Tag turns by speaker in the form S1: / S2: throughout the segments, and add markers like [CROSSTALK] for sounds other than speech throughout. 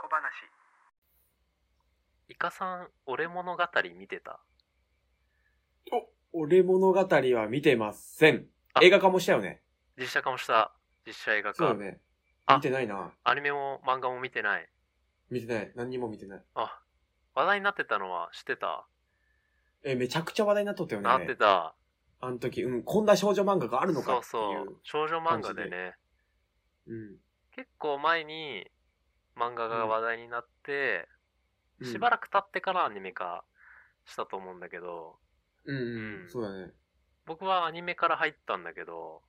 S1: 小話
S2: イカさん、俺物語見てた
S3: お、俺物語は見てません
S2: あ。
S3: 映画化もしたよね。
S2: 実写化もした。実写映画
S3: そう
S2: 化。
S3: だね。
S2: あ
S3: 見てないな。
S2: アニメも漫画も見てない。
S3: 見てない。何にも見てない。
S2: あ、話題になってたのは知ってた、
S3: え、めちゃくちゃ話題になっとったよね。
S2: なってた。
S3: あの時、うん、こんな少女漫画があるのか
S2: そう
S3: ってい。
S2: そうう。少女漫画で
S3: 感じ
S2: ね。
S3: うん
S2: 結構前に漫画が話題になって、
S3: うん。
S2: しばらく経ってからアニメ化したと思うんだけど、
S3: うん
S2: う
S3: うんん。そうだね。
S2: 僕はアニメから入ったんだけど、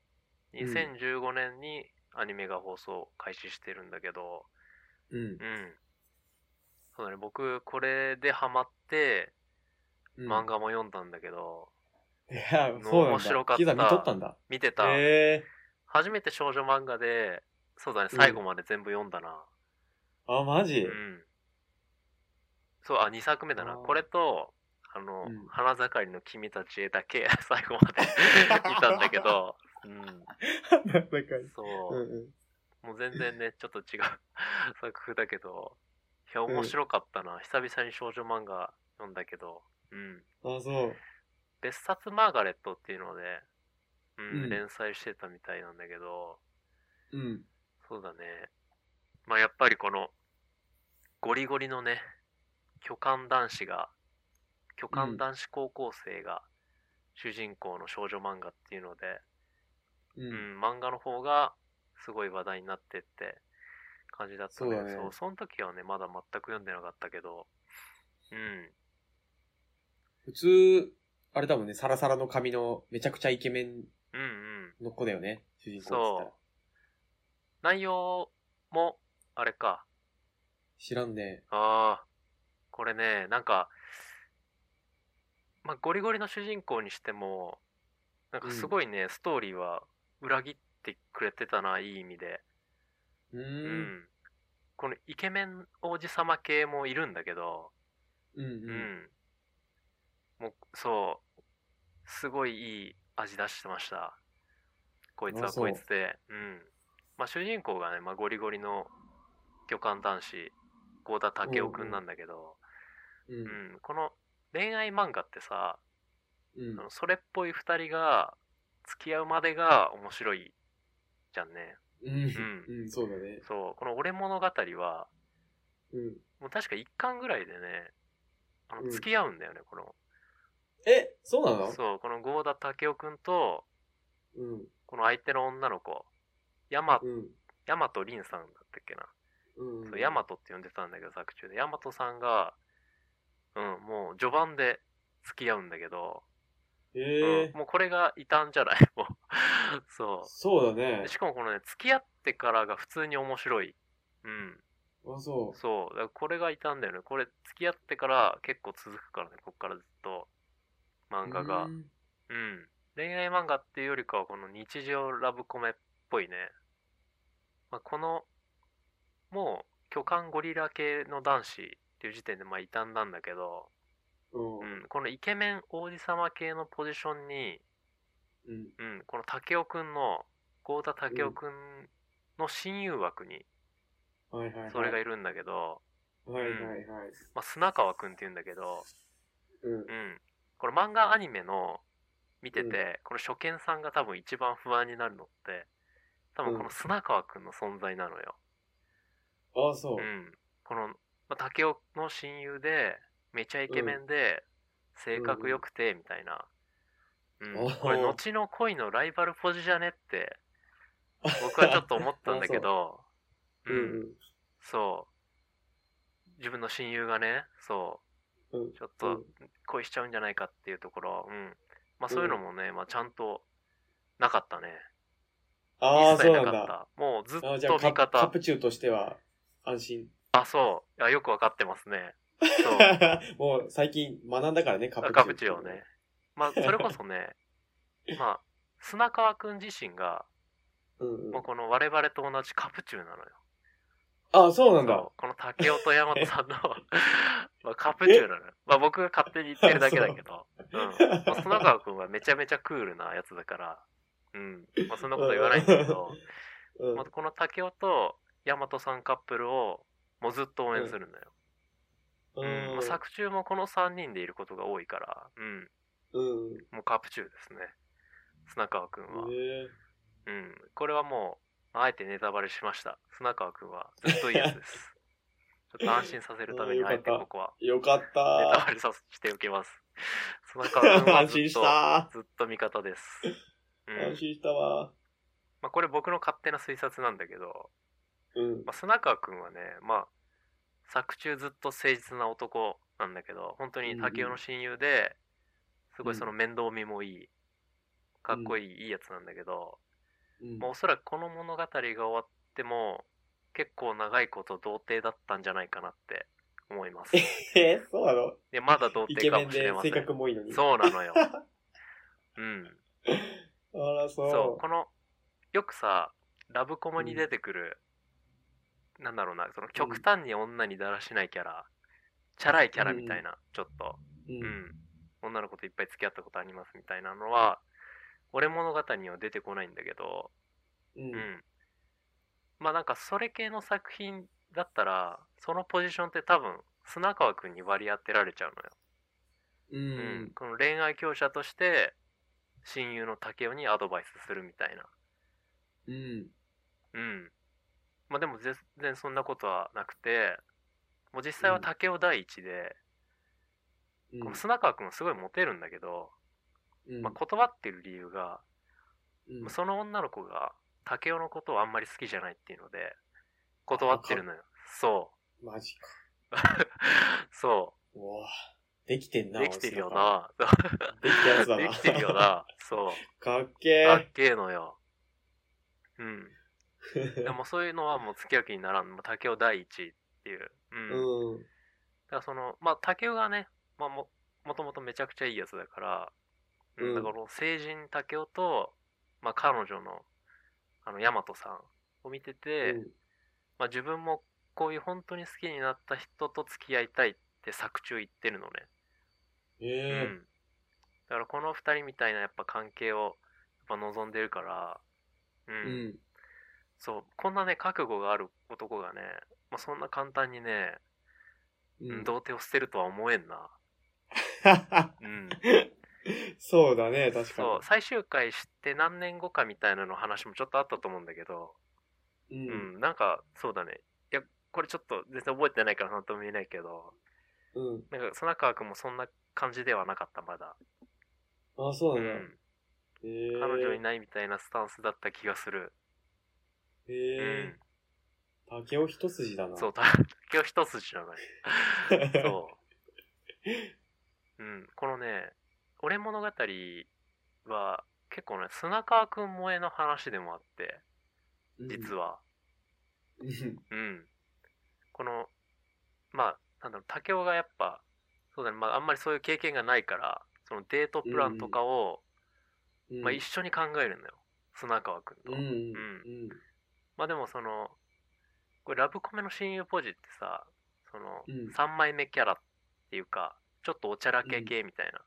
S3: ん
S2: 2015年にアニメが放送開始してるんだけど、
S3: うん
S2: うん。そうだね、僕これでハマって
S3: うん。
S2: 漫画も読んだんだけど、
S3: いや、そうなんだ。
S2: 面白かった
S3: キザ見とったんだ。
S2: 見てた、
S3: ええ
S2: 初めて少女漫画で、そうだね、
S3: うん
S2: 最後まで全部読んだな。
S3: あ、マ
S2: う
S3: ジ
S2: ん。そう、あ、2作目だな。
S3: あー
S2: これと、あの、
S3: うん
S2: 花盛りの君たちへだ
S3: [LAUGHS]
S2: け最後まで見たんだけど、うん。
S3: [LAUGHS] なんだか。
S2: そう。
S3: うんうん。
S2: もう全然ね、ちょっと違う [LAUGHS] 作風だけど、いや、面白かったな。久々に少女漫画読んだけど、うん。
S3: あ、そう。
S2: 別冊マーガレットっていうので、うん、
S3: うん
S2: 連載してたみたいなんだけど、
S3: うん。
S2: そうだね。まあやっぱりこの、ゴリゴリのね、巨漢男子が、巨漢男子高校生が主人公の少女漫画っていうので、う
S3: う。
S2: んん、漫画の方がすごい話題になってって感じだったね。
S3: そうだね
S2: そう、その時はね、まだ全く読んでなかったけど、うん、
S3: 普通、あれだもんね、サラサラの髪のめちゃくちゃイケメン
S2: うん、うん。
S3: の子だよね、主人公っつったら
S2: そう。内容も、あれか、
S3: 知らんね。
S2: ああ、これね、なんか、まあ、ゴリゴリの主人公にしても、なんかすごいね、ストーリーは裏切ってくれてたな、いい意味で。
S3: うー。
S2: うんん。このイケメン王子様系もいるんだけど、
S3: うん
S2: う
S3: うん。
S2: ん。もう、そう。すごいいい味出してました。こいつは
S3: あそう
S2: こいつで。うん。まあ、主人公がね、まあ、ゴリゴリの巨漢男子、郷田武雄くんなんだけど、
S3: う。
S2: うんん、この恋愛漫画ってさ、
S3: うん
S2: あ。のそれっぽい二人が付き合うまでが面白いじゃんね。
S3: うん。うん、そうだね。
S2: そう、この俺物語は、
S3: うん。
S2: もう確か一巻ぐらいでね、あ
S3: う
S2: の
S3: ん
S2: 付き合うんだよね、この
S3: え、そうなの
S2: そう、この郷田武雄くんと、
S3: うん。
S2: この相手の女の子、ヤマ、
S3: うん。
S2: ヤマトリンさんだったっけな。
S3: うん。
S2: そうヤマトって呼んでたんだけど、作中で。ヤマトさんが、うん、もう序盤で付き合うんだけど、
S3: え
S2: う
S3: え
S2: ん、。もうこれが異端じゃない [LAUGHS] もう。そ
S3: そうだ
S2: う。
S3: ね
S2: で。しかもこのね、付き合ってからが普通に面白い。うん。
S3: あ、そ
S2: そう。だからこれが異端だよね。これ、付き合ってから結構続くからね、こっからずっと。
S3: う。
S2: 漫画が。
S3: うん
S2: うん。恋愛漫画っていうよりかは、この日常ラブコメっぽいね。まあ、この、もう、巨漢ゴリラ系の男子っていう時点で、まあ、異端なんだけど、
S3: うん
S2: う。ん、このイケメン王子様系のポジションに、
S3: うん。
S2: うん、この武雄くんの、豪田武雄くんの親友枠に、
S3: はいはいはい。
S2: それがいるんだけど、
S3: はいはいはい。
S2: まあ、砂川くんって言うんだけど、
S3: うん
S2: う。ん。これ漫画アニメの見てて、これ初見さんが多分一番不安になるのって、多分この砂川くんの存在なのよ。
S3: あ、そうう。
S2: ん。この、まあ、竹雄の親友で、めちゃイケメンで、性格良くて、みたいな。うん。
S3: おー
S2: これ、後の恋のライバルポジじゃね
S3: [LAUGHS]
S2: って、僕はちょっと思ったんだけど、
S3: う
S2: うん
S3: ん。
S2: そう。自分の親友がね、そう、
S3: うん
S2: ちょっと恋しちゃうんじゃないかっていうところ、うん。まあそういうのもね、まあちゃんとなかったね。
S3: ああ、
S2: 一切
S3: そう
S2: な
S3: なん
S2: かっ
S3: だ。
S2: た。もうずっ
S3: あじゃ
S2: と
S3: あカ
S2: 味
S3: ップ、カ
S2: 方
S3: プ。チューとしては安心。
S2: あ、そう。あよくわかってます
S3: [LAUGHS]
S2: ね。
S3: もう最近学んだからね、カ
S2: そう。
S3: プ
S2: カ
S3: チュー。
S2: プチをね。。まあ
S3: [LAUGHS]
S2: それこそね、まあ、砂川くん自身が、
S3: うんうん
S2: もう。この我々と同じカプチューなのよ。
S3: あ、そうなんだ
S2: そ。うこの竹雄と大和さん
S3: [LAUGHS]
S2: の、まあ、カプチューなのよ。まあ僕が勝手に言ってるだけだけど。うん。まあ、砂川くんはめちゃめちゃクールなやつだから、うん。まあ、
S3: [LAUGHS]
S2: そんなことは言わないんだけど、
S3: うん
S2: まあ、この竹雄と大和さんカップルを、もうずっと応援するんだよ。
S1: う
S2: うんまあ作中もこの3人でいることが多いから、うん、
S1: うん。ね
S2: もうカプチューですね。砂川くんは。
S1: え
S2: うん、これはもう、あえてネタバレしました。砂川くんはずっといいやつです。
S1: [LAUGHS]
S2: ちょっと安心させるために、
S1: うん
S2: あえてここは
S1: よかっ
S2: ネタ
S1: た
S2: [LAUGHS] バレさせておきます。砂川くん
S1: ー。
S2: は
S1: 安
S2: ず
S1: 心
S2: っ
S1: し
S2: と、
S1: た
S2: ずっと味方です。う
S1: ー。安
S2: ん。
S1: 心したわ
S2: まあ、これ僕の勝手な推察なんだけど、
S1: ー。うん。
S2: まあ、砂川くんはね、まあ、作中ずっと誠実な男なんだけど、本当に竹雄の親友で、すごいその面倒見もいい、かっこいい、いいやつなんだけど、
S3: うん
S2: ま
S3: [LAUGHS]
S2: あ、おそらくこの物語が終わっても結構長いこと童貞だったんじゃないかなって思います
S1: えー、そうなの
S2: でまだ童
S1: イケメン
S2: 貞かもしれ
S1: で
S2: ませ
S1: 性
S2: ん
S1: 格もいいのに。
S2: そうな
S1: [LAUGHS]
S2: のようん
S1: あら、そう。
S2: そうこのよくさラブコメに出てくる、なんだろうなその極端に女にだらしないキャラ、チャラいキャラみたいな、ちょっと
S3: うん
S2: うん、女の子といっぱい付き合ったことありますみたいなのは俺物語には出てこないんだけど
S3: うん
S2: うん、まあなんかそれ系の作品だったらそのポジションって多分砂川くんに割り当てられちゃう
S3: う
S2: のよ、
S3: ん。
S2: この恋愛教者として親友の竹雄にアドバイスするみたいな
S3: うん。
S2: うんまあでも全然そんなことはなくてもう実際は竹雄第一で、
S3: うん
S2: この砂川くんはすごいモテるんだけど、
S3: うん
S2: まあ、断ってる理由が、
S3: うん
S2: その女の子が竹雄のことをあんまり好きじゃないっていうので断ってるのよそう
S3: マジか。
S2: そう
S3: わできてんな。
S2: う。できてるよ
S3: 大
S2: な。
S3: 阪。できたやつだな。
S2: できてるよ。な。そ
S3: [LAUGHS] かっ
S2: う。かっ
S3: け
S2: けえのよ。うん。
S3: え。
S2: でもそういうのはもう付き合う気にならん。もう竹雄第一っていう。うん。だ
S1: うん。
S2: からその、まあ竹雄がね、まあも、もともとめちゃくちゃいいやつだから、うん。
S1: うん
S2: だからこの成人竹雄と、まあ彼女の、あの、大和さんを見てて、
S3: うん
S2: まあ自分もこういう本当に好きになった人と付き合いたいって作中言ってるのね。う
S3: え
S2: ん、だからこの2人みたいなやっぱ関係をやっぱ望んでるから、
S3: え。
S2: う
S3: うんん。
S2: そうこんなね覚悟がある男がね、まあ、そんな簡単にね、
S3: う
S2: 童貞を捨てるとは思えんな、うん、
S3: [LAUGHS] そうだね、確
S2: そ
S3: か
S2: う最終回して何年後かみたいなの話もちょっとあったと思うんだけど、
S3: に。
S2: う
S3: うん
S2: なんかそうだねいやこれちょっと全然覚えてないからなんとも言えないけど
S3: ん。うん。
S2: なんか砂川君もそんな感じではなかったまだ、
S3: あ、そう
S2: う
S3: なんだ。
S2: ん、
S3: えー
S2: 彼女いないみたいなスタンスだった気がする、う
S3: え
S2: ん
S3: ー。竹を一筋だな。
S2: そう、た [LAUGHS] 今日一筋じゃ
S3: [LAUGHS]
S2: ない。そう。うん、このね、俺物語は結構ね、砂川くん萌えの話でもあって、
S3: うん。
S2: 実は。
S3: うん。
S2: うん。この、まあ、なんだろう、竹雄がやっぱ、そうだね、まあ、あんまりそういう経験がないから、そのデートプランとかを、
S3: うん。
S2: まあ、一緒に考えるんだよ。砂川くんと。
S3: うん。うん
S2: まあでもその、これラブコメの親友ポジってさ、その、
S3: うん
S2: 3枚目キャラっていうか、ちょっとおちゃらけ系みたいな、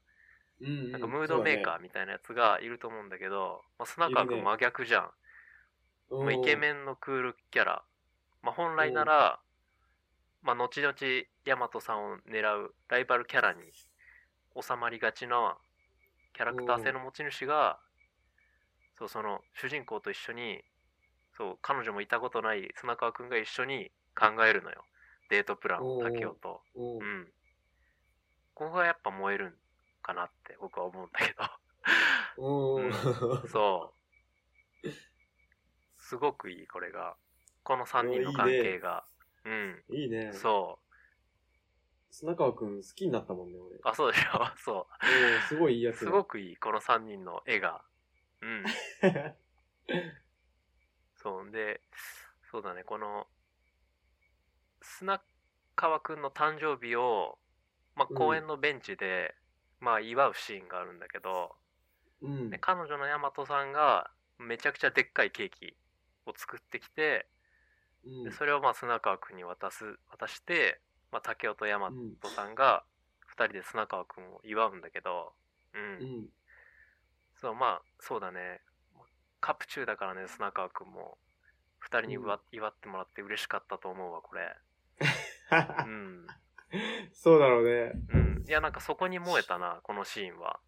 S3: うん。
S2: なんかムードメーカーみたいなやつがいると思うんだけど、まあ、砂川
S3: いる
S2: 君
S3: ね
S2: 真逆じゃん。
S3: ー。
S2: もうイケ
S3: ン。
S2: メンのクールキャラ。まあ、本来なら、まあ、後々、ヤマトさんを狙うライバルキャラに収まりがちなキャラクター性の持ち主が、そう、その、主人公と一緒に、そう、彼女もいたことない砂川くんが一緒に考えるのよ。デートプランを、
S3: おー
S2: 竹雄と。
S3: うん
S2: うん。ここがやっぱ燃えるんかなって僕は思うんだけど。
S3: うん。 [LAUGHS]
S2: そう。すごくいい、これが。この3人の関係が。
S3: [LAUGHS] いいね
S2: うん。。そ
S3: 砂川くん好きになったもん
S2: [LAUGHS]
S3: ね、俺。
S2: う。あ、そうでしょそ。
S3: うんすごいいいうやつ
S2: す
S3: だ。
S2: ごくいい、この3人の絵が。うん。そう。で、そうだね、この、砂川くんの誕生日を、まあ、
S3: うん
S2: 公園のベンチで、まあ、祝うシーンがあるんだけど、
S3: [LAUGHS] うん
S2: で。彼女の大和さんが、めちゃくちゃでっかいケーキを作ってきて、
S3: うん
S2: でそれをまあ砂川くんに渡す渡して、まあ、竹雄と大和
S3: うん
S2: さんが2人で砂川くんを祝うんだけど、うん
S3: うん。
S2: そうまあそうだねカプチューだからね砂川くんも2人に祝,、祝ってもらって嬉しかったと思うわこれうん。
S3: [LAUGHS] そうだろうね。
S2: うん。いや、なんかそこに燃えたな、このシーンは。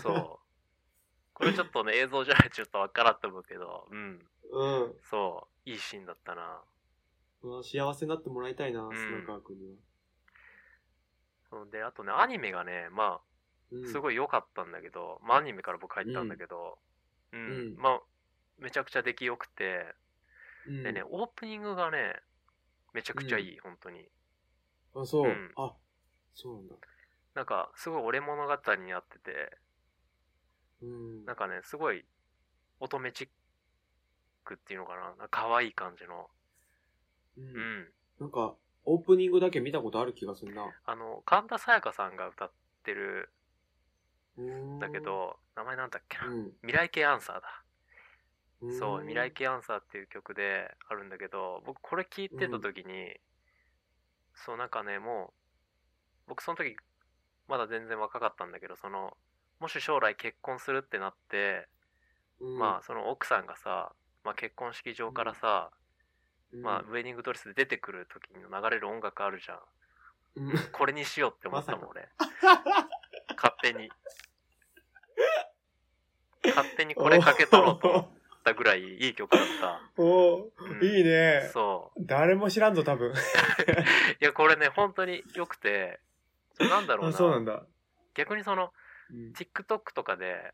S2: そう。これちょっとね、映像じゃないとちょっとわからんと思うけど、うん。
S1: うん。
S2: そう。いいシーンだったな。
S1: うわ幸せになってもらいたいな、
S2: ん
S1: 砂川くんには。
S2: そうで、あとね、アニメがね、ま
S1: うん
S2: あ、すごい良かったんだけど、まあ、アニメから僕入ったんだけど、うん。
S3: うん
S2: まあ、めちゃくちゃ出来良くて、
S3: うん
S2: でね、オープニングがね、めちゃくちゃいい、本当に。
S3: あ、そう。
S2: うん
S3: あ、そうなんだ。
S2: なんか、すごい俺物語になってて、
S3: うん。
S2: なんかね、すごい乙女チックっていうのかな。なんか可愛い感じの。
S3: う
S2: うんん。
S3: なんか、オープニングだけ見たことある気がするな。
S2: あの、神田沙也加さんが歌ってるんだ
S3: だ
S2: け、ど、名前なんだっけな。
S3: うん
S2: 未来系アンサーだ。
S3: うん。
S2: そう、未来系アンサーっていう曲であるんだけど、僕これ聞いてた時に、そうなんかね、もう、僕その時、まだ全然若かったんだけど、その、もし将来結婚するってなって、
S3: うん、
S2: まあその奥さんがさ、まあ、結婚式場からさ、
S3: うん
S2: まあ、ウェディングドレスで出てくる時に流れる音楽あるじゃん
S3: うん
S2: これにしようって思ったもん
S1: ま
S2: 俺勝手に勝手にこれかけとろうと
S3: [LAUGHS]
S2: 思ったぐらいいい曲だっ
S1: お
S2: た、
S1: ーいい
S2: ね
S1: ね。
S2: そう
S3: 誰も知らんぞ、多
S2: [LAUGHS]
S3: 分。
S2: いやこれね本当に良くてそうなんだろう
S3: あ、
S2: な
S3: そうなんだ。
S2: 逆にその
S3: うん
S2: TikTok とかで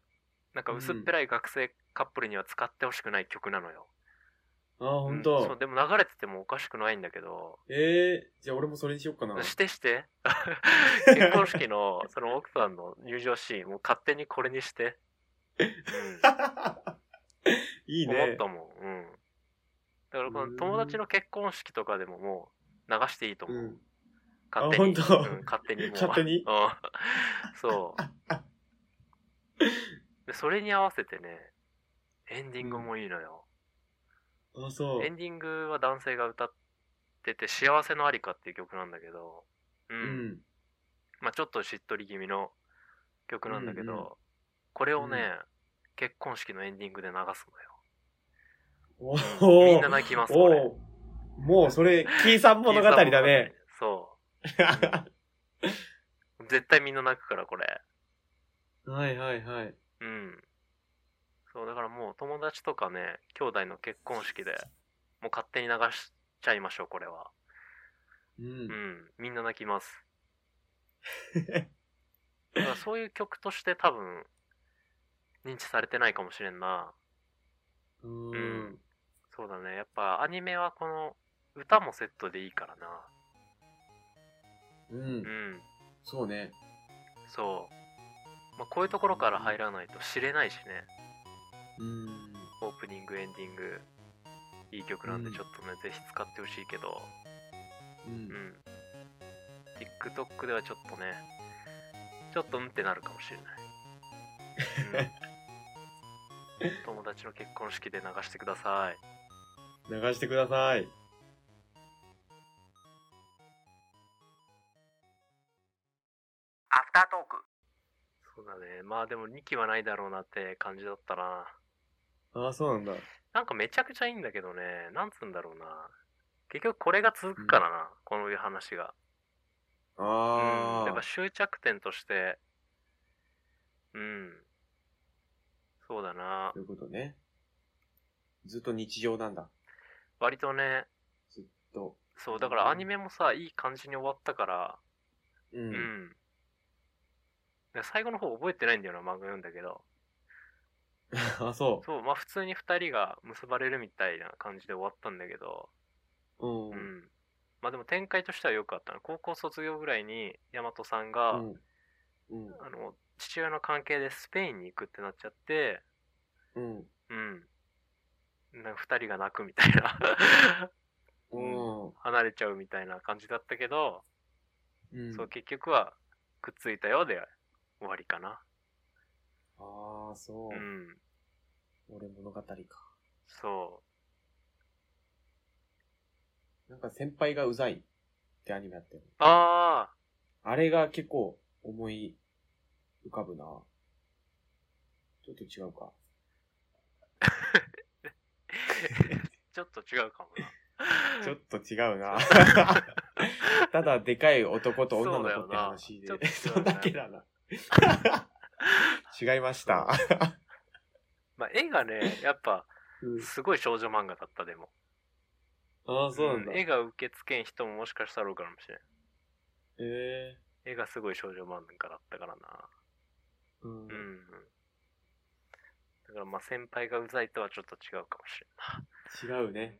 S2: なんか薄っぺらい学生カップルには使ってほしくない曲なのよ、
S3: あ、
S2: う
S3: 本
S2: んそ
S3: 当
S2: う。でも流れててもおかしくないんだけど
S3: ええ、じゃあ俺もそれにしよっかな。
S2: してして結婚式のその奥さんの入場シーンもう勝手にこれにして、
S3: い
S2: うん
S3: [LAUGHS] [LAUGHS] い
S2: 思っ
S3: ね。
S2: たもん、うん、だからこの友達の結婚式とかでももう流していいと思う、
S3: うん
S2: 勝手に、
S3: あ本当
S2: うん勝手にもう
S3: 勝手に
S2: うんそうでそれに合わせてねエンディングもいいのよ、
S3: あ、そう
S2: エ。ンディングは男性が歌ってて「幸せのありか」っていう曲なんだけど
S3: う
S2: うん
S3: ん。
S2: まあ、ちょっとしっとり気味の曲なんだけど、
S3: うんうん
S2: これをね、
S3: う
S2: 結婚式のエンディングで流す
S3: お
S2: のよ。みんな
S3: ー
S2: 泣きます、これ。
S3: おーもうそれ、キーさん物語だね。。
S2: そう。絶対みんな泣くから、これ。
S3: [LAUGHS] はいはいはい。
S2: うん。そう、だからもう友達とかね、兄弟の結婚式でもう勝手に流しちゃいましょう、これは。
S3: う。
S2: うんん。みんな泣きます。だからそういう曲として多分、認知されてないかもしれんな。
S3: [LAUGHS] うん
S2: んそうだね。やっぱアニメはこの歌もセットでいいからな。
S3: う。
S2: うんん。
S3: そうね。
S2: そう。まあ、こういうところから入らないと知れないしね。
S3: うん。
S2: オープニング、エンディング。いい曲なんで
S3: うん
S2: ちょっとね、ぜひ使ってほしいけど。
S3: う。
S2: うんん。TikTok ではちょっとね、ちょっとうんってなるかもしれない。 [LAUGHS] うん、友達の結婚式で流してください。
S3: 流してください。
S2: アフタートーク。そうだね。まあでも2期はないだろうなって感じだったな。
S3: あ、そうなんだ。
S2: なんかめちゃくちゃいいんだけどね。なんつうんだろうな。結局これが続くからな。このいう話が。
S3: あ
S2: うん。やっぱ
S3: あ。
S2: 終着点として。うん。そうだな
S3: と。いうことね。ずっと日常なんだ。
S2: 割とね、
S3: ずっと。
S2: そう、だからアニメもさ、いい感じに終わったから。
S3: う
S2: うん。
S3: ん。
S2: で最後の方覚えてないんだよな、漫画読んだけど。
S3: [LAUGHS] あ、そ
S2: そう、まあ普通に2人が結ばれるみたいな感じで終わったんだけど。
S3: う。うん。う。
S2: うんん、まあでも展開としては良かったの高校卒業ぐらいに大和さんが、
S3: うん。
S2: あの父親の関係でスペインに行くってなっちゃって
S3: うん。
S2: うんなんか2人が泣くみたいな [LAUGHS]
S3: うん。
S2: 離れちゃうみたいな感じだったけど、
S3: うん
S2: そう結局はくっついたようで終わりかな
S3: ああ、そうう。
S2: ん
S3: 俺物語か。
S2: そ
S3: なんか先輩がうざいってアニメあったよね。
S2: うああ
S3: あれが結構思い浮かぶな。ちょっと違うか。
S2: [LAUGHS] ちょっと違うかもな
S3: ちょっと違
S2: [LAUGHS]
S3: うな。ただ、でかい男と女の子って話で
S2: そうだよ。な
S3: [LAUGHS] そんだけだな。違いました。
S2: まあ、絵がね、やっぱ、
S1: うん。
S2: すごい少女漫画だった、でも。
S1: ああ、そうなんだ。
S2: ん絵が受け付けん人ももしかしたら多いかもしれん。
S1: え
S2: 絵がすごい少女漫画だったからな。
S1: ーうん
S2: う。ん。だから
S3: [LAUGHS]
S2: まあ先輩がうざいとはちょっと違うかもしれんな。
S1: 違うね。